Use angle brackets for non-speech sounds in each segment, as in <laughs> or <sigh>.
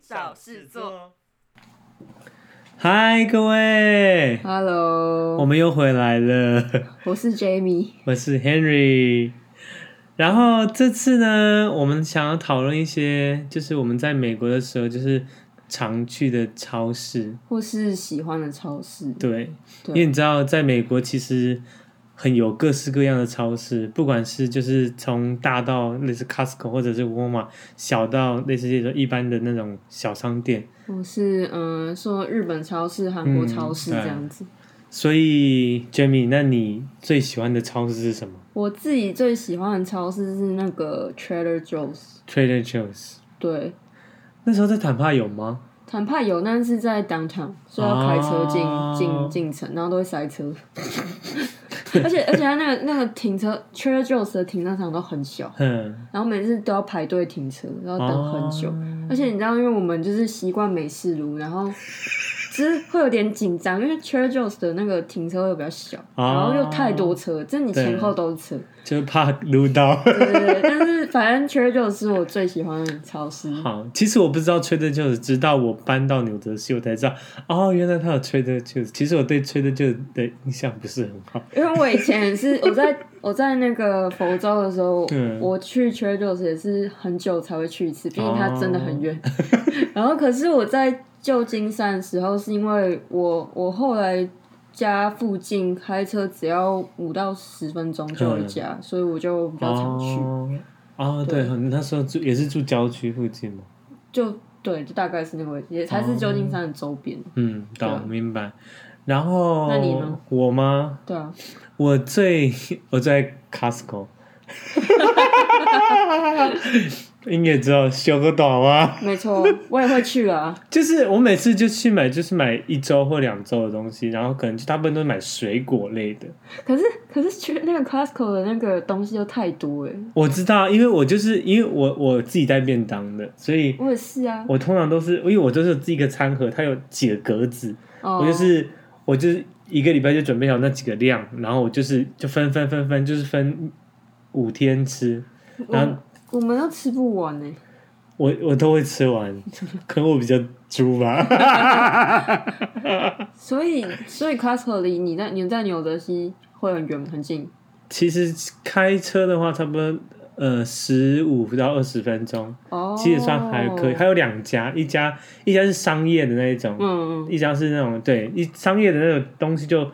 找事做。。嗨，各位，我 Hello，们又回来了， <laughs> 我是 Jamie。我是 Henry。然后这次呢，我们想要讨论一些，就是我们在美国的时候，就是常去的超市。或是喜欢的超市，对，对因为你知道，在美国其实很有各式各样的超市，不管是就是从大到类似 Costco 或者是 Walmart，小到类似这种一般的那种小商店，我是嗯、呃说日本超市、韩国超市嗯对这样子。所以 Jamie，那你最喜欢的超市是什么我自己最喜欢的超市是那个 Trader Joe's， ？Trader Joe's。对，那时候在坦帕有吗？坦帕有，但是在 downtown，所以要开车进、哦进进城，然后都会塞车。 <laughs> 而且而且它那个那个停车 Trader Joe's 的停车场都很小，嗯，然后每次都要排队停车，然后等很久。哦而且你知道，因为我们就是习惯美式炉，然后就是会有点紧张，因为 Trader Joe's 的那个停车位比较小，哦然后又太多车，这你前后都是车。就是怕撸到。 <laughs> 对对对，但是反正 Trader Joe's 是我最喜欢的超市。好，其实我不知道 Trader Joe's，直到我搬到纽泽西，我才知道哦，原来它有 Trader Joe's。其实我对 Trader Joe's 的印象不是很好。因为我以前也是我在我在那个佛州的时候， <laughs> 嗯我去 Trader Joe's 也是很久才会去一次，毕竟它真的很远。哦 <laughs> 然后可是我在旧金山的时候，是因为我我后来家附近开车只要五到十分钟就有一家，所以我就比较常去。嗯哦，哦，对，对那时候住也是住郊区附近嘛。就对，就大概是那个位置，也才是旧金山的周边。嗯，对啊懂，明白。然后，那你呢？我吗？对啊，我最我在 Costco，应该知道修个短吗？没错，我也会去啊。啊 <laughs> 就是我每次就去买，就是买一周或两周的东西，然后可能就大部分都是买水果类的。可是可是去那个 Costco 的那个东西又太多哎，我知道，因为我就是因为我我自己带便当的，所以我也是啊。我通常都是因为我都是有自己一个餐盒，它有几个格子，哦我就是我就是一个礼拜就准备好那几个量，然后我就是就分分分分，就是分五天吃，然后我我们都吃不完呢、我我都会吃 <laughs> 完，可能我比较猪吧。 <laughs> 所以所以 Costco 离你在你在纽泽西会很远很近，其实开车的话，差不多呃十五到二十分钟，哦，其实算还可以。还有两家，一家一家是商业的那一种，嗯嗯，一家是那种对一商业的那种东西就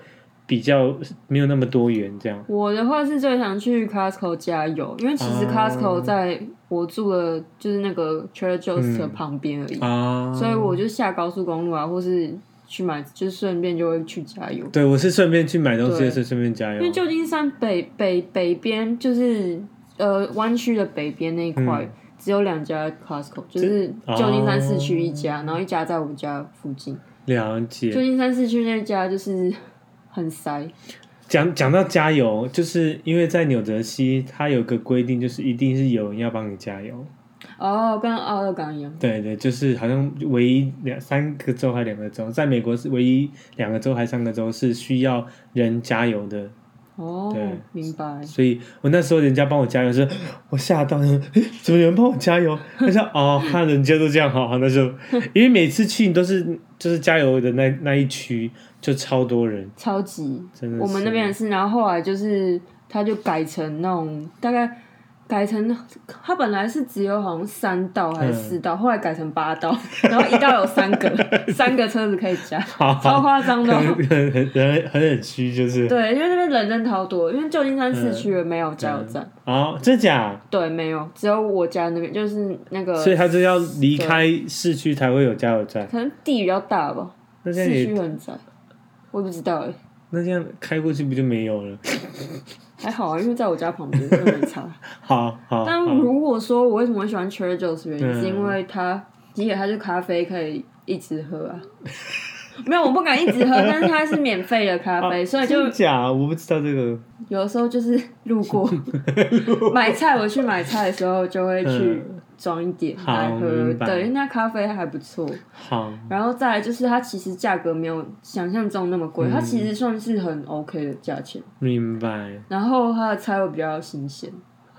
比较没有那么多元这样。我的话是最常去 Costco 加油，因为其实哦 Costco 在我住的就是那个 Trader Joe's 的嗯旁边而已，啊所以我就下高速公路啊，或是去买，就是顺便就会去加油。对我是顺便去买东西的时对候顺便加油因为，旧金山北北北边就是呃湾区的北边那一块、嗯只有两家 Costco，就是哦旧金山市区一家，然后一家在我家附近。了旧解。金山市区那家就是很塞，讲讲到加油，就是因为在纽泽西，它有个规定，就是一定是有人要帮你加油。哦，跟奥勒冈一样。对对，就是好像唯一两三个州还两个州，在美国是唯一两个州还三个州是需要人加油的，哦对，明白。所以我那时候人家帮我加油是，我吓到，想说诶怎么有人帮我加油？他说哦，看人家都这样，好好那时候，因为每次去你都是就是加油的那那一区就超多人，超级，真的是我们那边也是，然后后来就是他就改成那种大概改成他本来是只有好像三道还是四嗯道，后来改成八道，然后一道有三 <laughs> 个，三个车子可以加，好超夸张的哦。很很很很很很虚，就是对，因为那边人真的超多，因为旧金山市区也没有加油站，哦，真假？对，没有，只有我家那边就是那个，所以他就要离开市区才会有加油站，可能地比较大吧，那这样市也区很窄，我也不知道哎、那这样开过去不就没有了？还好啊，因为在我家旁边，所以没差。 <laughs> 好好，但好如果说我为什么会喜欢 Trader Joe's，原因嗯是因为它，第一个它就咖啡可以一直喝啊。没有，我不敢一直喝，但是它是免费的咖 <laughs> 啡，所以就真假，我不知道这个有的时候 <laughs> 就是路过买菜，我去买菜的时候就会去装一点嗯好来喝，明白对，因为那咖啡还不错。好，然后再来就是它其实价格没有想象中那么嗯贵，它其实算是很 OK 的价钱。明白然后它的菜又比较新鲜，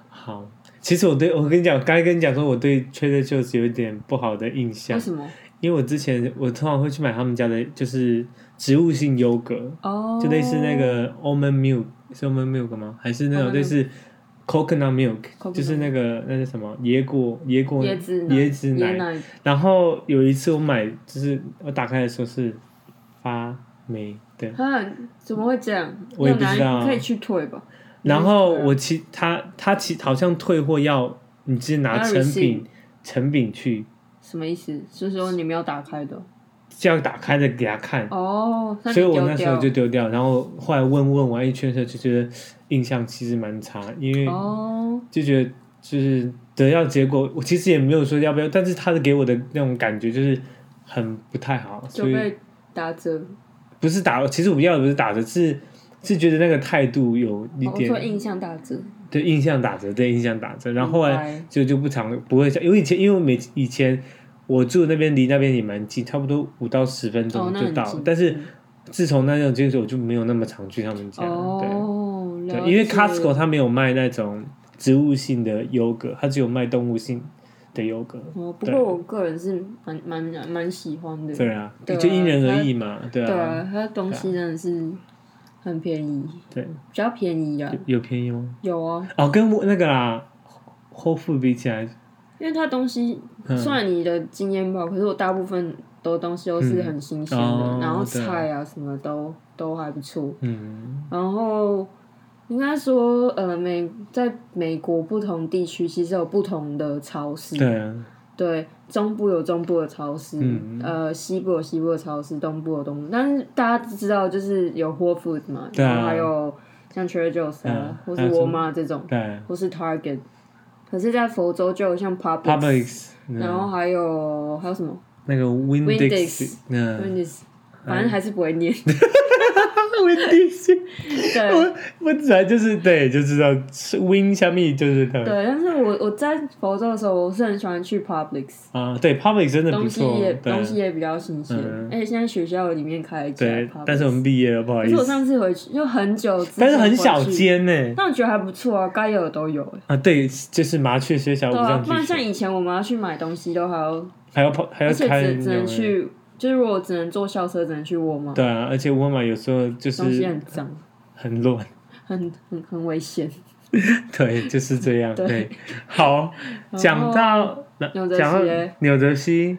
好。其实我对我跟你讲，刚才跟你讲说，我对 Trader Joe's 有一点不好的印为象，什么？因为我之前我通常会去买他们家的，就是植物性优格，哦，就类似那个 almond milk 是 almond milk 吗？还是那 Almond 种类似 coconut milk， Coconut 就是那个那是什么椰果椰果椰子奶椰子椰奶。奶然后有一次我买，就是我打开的时候是发霉的，啊，怎么会这样？我也不知道要拿可以去退吧。然后嗯我其他他其好像退货要你直接拿拿成 receipt 品成品去，什么意思？是说你没有打开的这样打开的给他看。哦？那你所以我丢那时掉候就丢掉，然后后来问问完一圈的时候，就觉得印象其实蛮差，因为哦，就觉得就是得到结果，我其实也没有说要不要，但是他的给我的那种感觉就是很不太好，就所以被打折。不是打，其实我要的不是打折，是是觉得那个态度有一哦我点、说印象打折，对印象打折，对印象打折，然后啊明后来白就就不常不会想，因为以前因为每以前我住那边离那边也蛮近，差不多五到十分哦钟那就很到，近但是自从那种接触，我就没有那么常去他们家，哦，对了对，因为解 Costco 它没有卖那种植物性的优格，它只有卖动物性的优格，哦，不对过我个人是蛮蛮蛮喜欢的。对啊，对啊就因人而异嘛，对对啊，啊，它的东西真的是很便宜，对，比较便宜啊。有有便宜吗？有啊，哦，跟我那个啦，Whole Food 比起来，因为它东西嗯虽然你的经验不好，可是我大部分的东西都是很新鲜的，嗯哦然后对菜啊什么都都还不错。嗯，然后应该说，呃，美在美国不同地区其实有不同的超市，对啊，对，中部有中部的超市，嗯呃，西部有西部的超市，东部有东部。但是大家知道，就是有 Whole Foods 嘛，对啊然后还有像 Trader Joe's 啊，嗯或是还有什沃么尔玛这种，对啊或是 Target。可是，在佛州就有像 Publix，, ，Publix，嗯然后还有还有什么那个 Windex， Windex 嗯 Wendy's，反正还是不会 <laughs> 念。 ，Windex，对，我我只来就是对，就知道是 Win 下面就是它对，但是我我在佛州的时候，我是很喜欢去 Publix，啊，对，Publix 真的不东西错也，对东西也比较新鲜，嗯而且现在学校里面开一家对 Publix，，但是我们毕业了，不好可意是我思，上次回去就很久之前回去，但是很小间呢，但我觉得还不错啊，该有的都有、欸。啊，对，就是麻雀虽小，五对啊，脏不然俱像全，以前我们要去买东西都还要，还要跑还而要且开只那只能种欸，去，就是如果只能坐校车，只能去沃尔玛，对啊，而且沃尔玛有时候就东西啊是很脏，很乱， <laughs> 很很很危险。对，就是这样，对对，好，后讲到那纽泽讲到西欸纽泽西。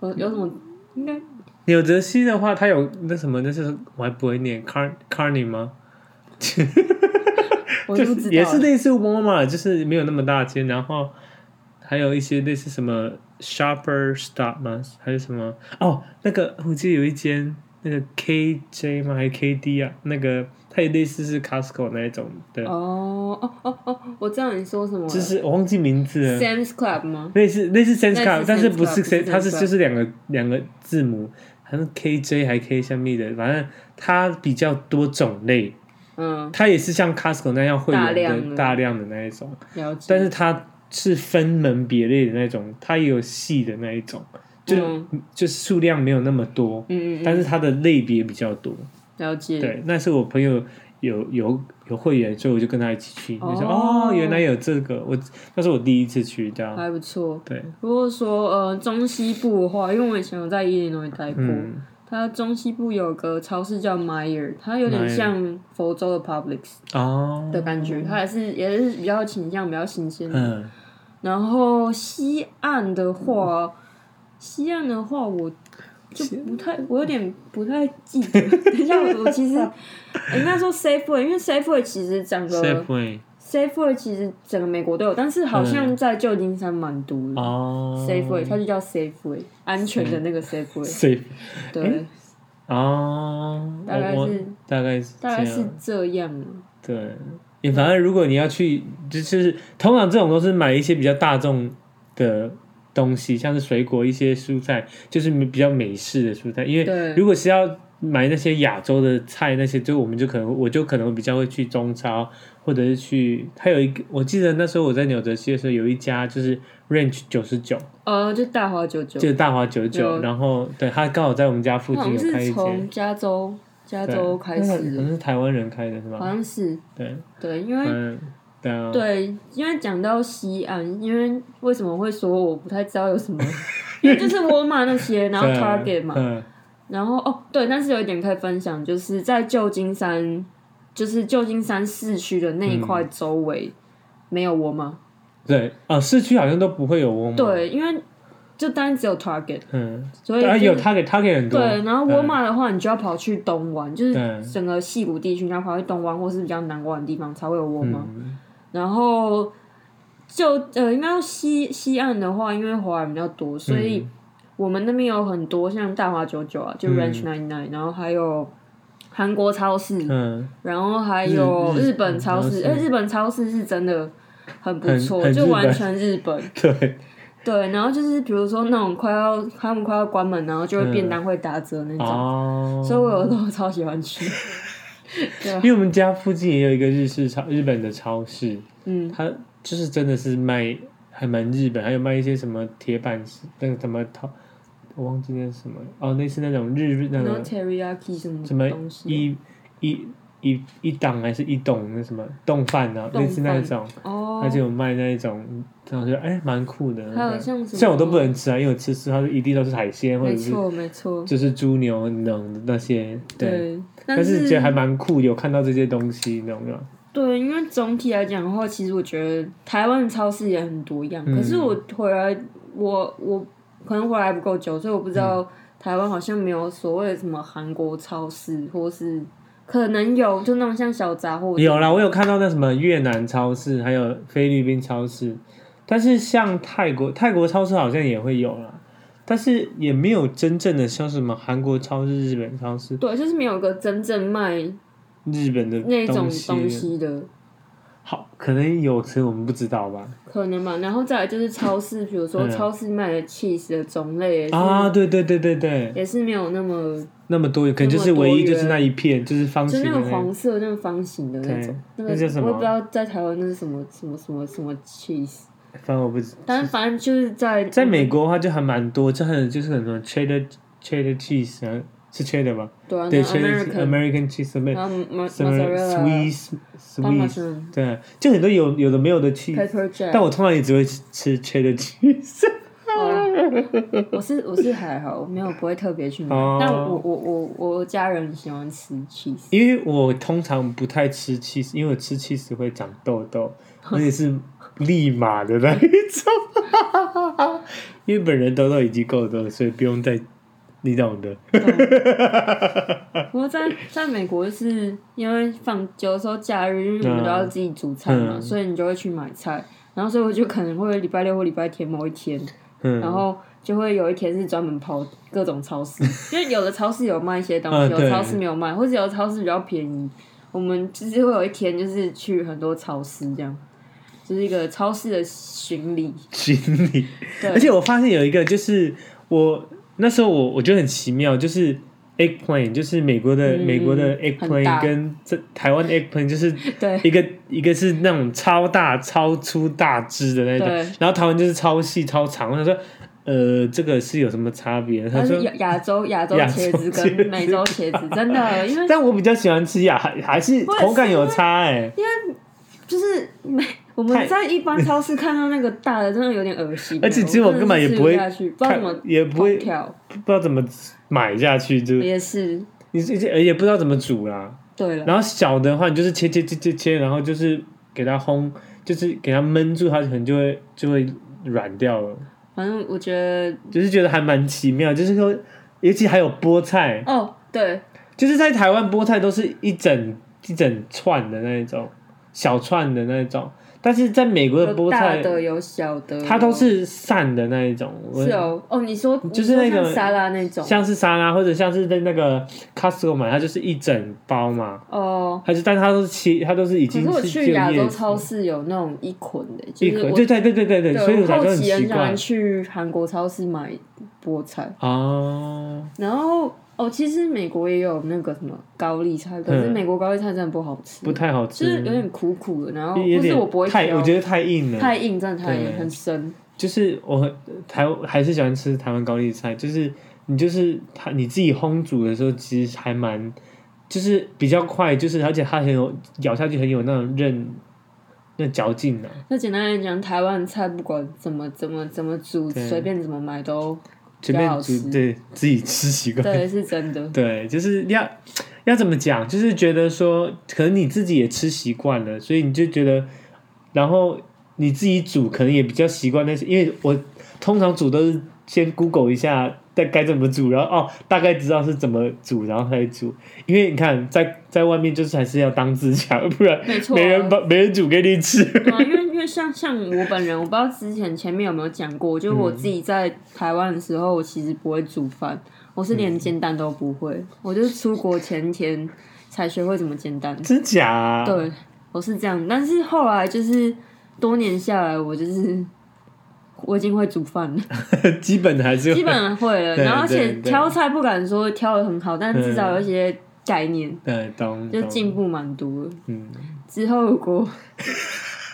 有有什么应该纽泽西的话，它有那什么，那是我还不会念 Car Carney 吗？我就不是知道，也是类似 Walmart，就是没有那么大间，然后还有一些类似什么 Shopper Stop 吗？还是什么？哦，那个我记得有一间那个 KJ 吗？还是 KD 啊？那个它也类似是 Costco 那一种的，哦哦哦哦，我知道你说什么了就是我忘记名字了。 Sam's Club 吗？类似类似类 Sense 似 Club，但是 Sense 不是 Club，不是 Sense，它是 Sense 就是两个两个字母，好像 KJ 还 K 下面的，反正它比较多种类，嗯，它也是像 Costco 那样会员大量的的大量的那一种，了解。但是它是分门别类的那种，它也有细的那一种，就、嗯就是数量没有那么多，嗯嗯嗯，但是它的类别比较多。了解。对，那是我朋友有有有会员，所以我就跟他一起去，就说哦哦，原来有这个，我那是我第一次去这样，还不错。对，如果说呃中西部的话，因为我以前有在伊利诺伊待过，嗯。它中西部有个超市叫 Meyer，它有点 Meijer 像佛州的 Publix 哦的感觉，它还是也是比较倾向比较新鲜。嗯，然后西岸的话，西岸的话我。就不太，我有点不太记得。 <laughs> 等一下，我我其实呃应该说 Safeway，因为 Safeway 其实整个 Safeway Safeway 其实整个美国都有，但是好像在旧金山蛮多的。哦 Safeway，它就叫 Safeway，安全的那个 Safeway。 Safe 对，哦，大概我是我大概是大概这是样这样。啊对。你反正如果你要去，就就是通常这种都是买一些比较大众的东西，像是水果、一些蔬菜，就是比较美式的蔬菜。因为对，如果是要买那些亚洲的菜，那些就我们就可能我就可能比较会去中超，或者是去。它有一个，我记得那时候我在纽泽西的时候，有一家就是 Range 九十九，呃，就大华九九，就是大华九有九，然后对他刚好在我们家附好近像有开是一间从，加州加对州开那个始可的，能是台湾人开的是好吧？像是对，对，因为。嗯，对啊， <laughs> 对，因为讲到西岸，因为为什么会说我不太知道有什么因为就是沃尔玛那些，然后 Target 嘛，嗯，然后哦对，但是有一点可以分享，就是在旧金山，就是旧金山市区的那一块嗯周围、没有沃尔玛，对啊，市区好像都不会有我们，，对，因为就单只有 Target，嗯，所以、当然就有是 Target Target 很多，嗯对，然后沃尔玛的话，你就要跑去东湾，就对是整个西谷地区，你要跑去东湾或是比较南湾的地方才会有沃尔玛。嗯，然后就呃，应该要西西岸的话，因为华人比较多，所以我们那边有很多像大华九九啊，就嗯 Ranch Nine Nine，、然后还有韩国超市，嗯，然后还有日日日本超市。日哎、日本超市是真的很不很错，很就日完本全日本。对，对，然后就是比如说那种快要他们快要关门，然后就会便当会打折那种。哦，所以我有时候超喜欢 <laughs> 吃。啊因为我们家附近也有一个日式超日本的超市，嗯，它就是真的是卖还蛮日本，还有卖一些什么铁板那个什么陶，我忘记那是什么哦，类似那种日那然后种 teriyaki 什么什么东西一一一一档还是一栋那什么冻饭啊，冻类似那饭种，哦它，就有卖那一种，然后就哎蛮酷的。还有对像什么虽然我都不能吃啊，因为我吃吃它就一定都是海鲜或没者是错没错，就是猪牛冷那些，对。对，但但是觉得还是蛮酷，有看到这些东西，你懂吗？对，因为总体来讲的话，其实我觉得台湾的超市也很多样，嗯可是我回来我我可能回来不够久，所以我不知道嗯台湾好像没有所谓的什么韩国超市，或是可能有就那种像小杂货店，有啦，我有看到那什么越南超市，还有菲律宾超市，但是像泰国泰国超市好像也会有啦，但是也没有真正的像什么韩国超市、日本超市、对，就是没有一个真正卖日本的那种东东西。西的。好，可能有，可是我们不知道吧？可能吧，然后再来就是超市，比如说嗯超市卖的 cheese 的种类也是、啊，对对对对对，也是没有那么，那么多，可能就是那么多唯一就元是那一片，就是方就形的那那种个黄色、那种方形的那对种，那个叫什么我也不知道在台湾那是什么什么什么什么 cheese，反正我不知。但是反正就是在在美国的话就还蛮多，就很就是很多 cheddar cheddar cheese 啊，是 cheddar 吧？对啊，对那，cheddar American， American cheese 什么然后 ma- 什么 mozzarella、 Swiss Swiss， parmesan、对，啊就很多有有的没有的 cheese， pepper jack，但我通常也只会吃吃 cheddar cheese。好啦啊我是我是还好，我没有不会特别去买，哦但我我我我家人喜欢吃 cheese，因为我通常不太吃 cheese，因为我吃 cheese 会长痘 <laughs> 痘，而且是立马的那一种。 <laughs> 因为本人痘痘已经够多了，所以不用再，你懂的。不过在在美国，就是因为放有的时候假日，因为我们都要自己煮菜嘛，嗯所以你就会去买菜。然后所以我就可能会礼拜六或礼拜天某一天，嗯，然后就会有一天是专门跑各种超市， <laughs> 因为有的超市有卖一些东嗯西，有对的超市没有卖，或者有的超市比较便宜。我们就是会有一天就是去很多超市这样，就是一个超市的巡礼。经理。对而且我发现有一个，就是我那时候我我觉得很奇妙，就是 eggplant，就是美国的、嗯美国的很 eggplant 大跟这台湾 eggplant，就是对 <laughs> 一个一个是那种超大超粗大枝的那种对，然后台湾就是超细超长。我想说，呃，这个是有什么差别？他但说是。亚亚洲亚洲亚洲茄子茄子跟美洲茄子真的，因为但我比较喜欢吃呀，还还是我也是口感有差哎、就是没我太们在一般超市看到那个大的，真的有点恶心。而且其实我根本也不会我真的是吃不下去，不知道怎么也不会跳，不知道怎么买下去，就也是你这这也不知道怎么煮啦、对了，然后小的话，你就是切切切切切，然后就是给它烘，就是给它焖住，它可能就会就会软掉了。反正我觉得就是觉得还蛮奇妙，就是说，尤其还有菠菜，哦，对就是在台湾菠菜都是一整一整串的那一种小串的那一种，但是在美国的菠有大菜，的有小的，它都是散的那一种，我是哦哦，你说就是那个你说像沙拉那种像是沙拉或者像是在那个 Costco 买，它就是一整包嘛，哦。它就但它都是切，它都是已可经是我是就去亚叶洲子超市有那种一捆的，一就是颗，我对对对对对对，所以我我才后说很期奇很啊怪想去韩国超市买菠菜，哦，然后哦，其实美国也有那个什么高丽菜，可是嗯美国高丽菜真的不好吃，不太好就哦吃是，有点苦苦的，然后有不是我不点会太，挑我觉得太硬了。太硬，真的太对硬，很深。就是我台还是喜欢吃台湾高丽菜，就是你就是它你自己烘煮的时候，其实还蛮就是比较快，就是而且它很有咬下去很有那种韧那嚼劲啊，那简单来讲，台湾菜不管怎么怎么怎么煮，对随便怎么买都比前较面好吃煮。对自己吃习惯，对，是真的。对，就是要要怎么讲，就是觉得说，可能你自己也吃习惯了，所以你就觉得，然后你自己煮可能也比较习惯那些，因为我通常煮都是先 Google 一下该该怎么煮，然后哦大概知道是怎么煮，然后才煮，因为你看在在外面就是还是要当自强，不然没错啊 <laughs> 没人帮没人煮给你吃， <laughs> 对啊，因为因为像像我本人，我不知道之前前面有没有讲过，就嗯我自己在台湾的时候，我其实不会煮饭，我是嗯连煎蛋都不会，我就是出国前一天才学会怎么煎蛋。真假、啊？对，我是这样，但是后来就是多年下来，我就是我已经会煮饭 <laughs> 了，基本还是基本会了，对然后而且对对嗯挑菜不敢说挑的很好，但至少有一些概念，对懂就懂进步蛮多的。嗯。之后如 <laughs> 果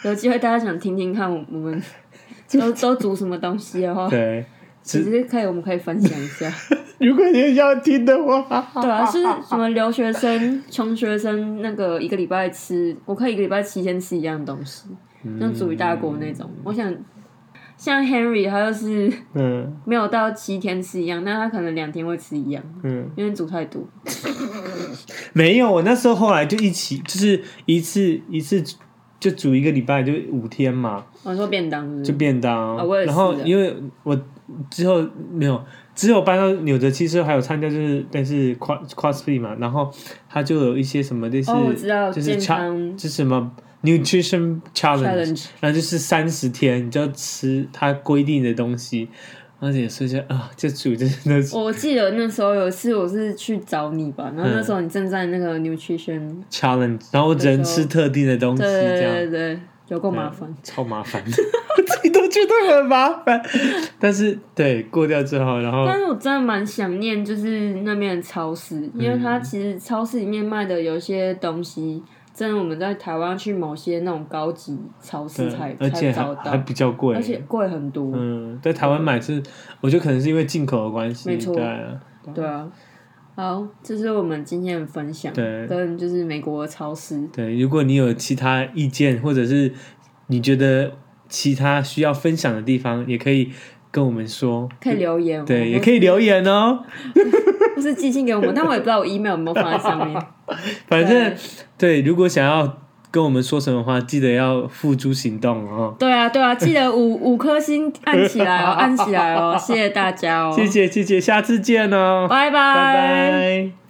有机会，大家想听听看我我们 <laughs> 都都煮什么东西的话，对， <laughs> 其实可以，我们可以分享一下。如果你要听的话，对啊，就是什么留学生、穷学生，那个一个礼拜吃，我可以一个礼拜七天吃一样的东西，嗯像煮一大锅那种。我想，像 Henry 他就是嗯没有到七天吃一样，那他可能两天会吃一样，嗯，因为煮太多。没有，我那时候后来就一起，就是一次一次就煮一个礼拜，就五天嘛，我说便当是不就是便当。嗯啊我也是然后的因为我之后没有，只有搬到纽泽西之后，还有参加就是但是 cross crossfit 嘛，然后他就有一些什么类似，哦，我知道就是健 cha- 康就是什么 nutrition challenge， challenge，然后就是三十天你就要吃他规定的东西，而且说一下啊，就煮这些东西。我记得那时候有一次我是去找你吧，然后那时候你正在那个 nutrition， challenge，然后我只能吃特定的东西，对对这对样对对，有够麻烦。超麻烦 <laughs> 的，我自己都觉得很麻烦。但是对，过掉之后，然后但是我真的蛮想念就是那边的超市，因为嗯它其实超市里面卖的有些东西，真的我们在台湾去某些那种高级超市对才，呃而且才还找还到，比较贵而，且贵很多，嗯，在台湾买是，我觉得可能是因为进口的关系，没错对啊，对啊。好，这是我们今天的分享，对跟就是美国的超市，对。如果你有其他意见，或者是你觉得其他需要分享的地方，也可以跟我们说，可以留言，对，也或可以留言哦。或是寄信给我们，但我也不知道我 email 有没有放在上面。反正对，如果想要跟我们说什么话，记得要付诸行动哦。对啊，对啊，记得五五颗星按起 <laughs> 来哦，按起来哦，谢谢大家哦，谢，谢谢谢，下次见哦，拜拜拜拜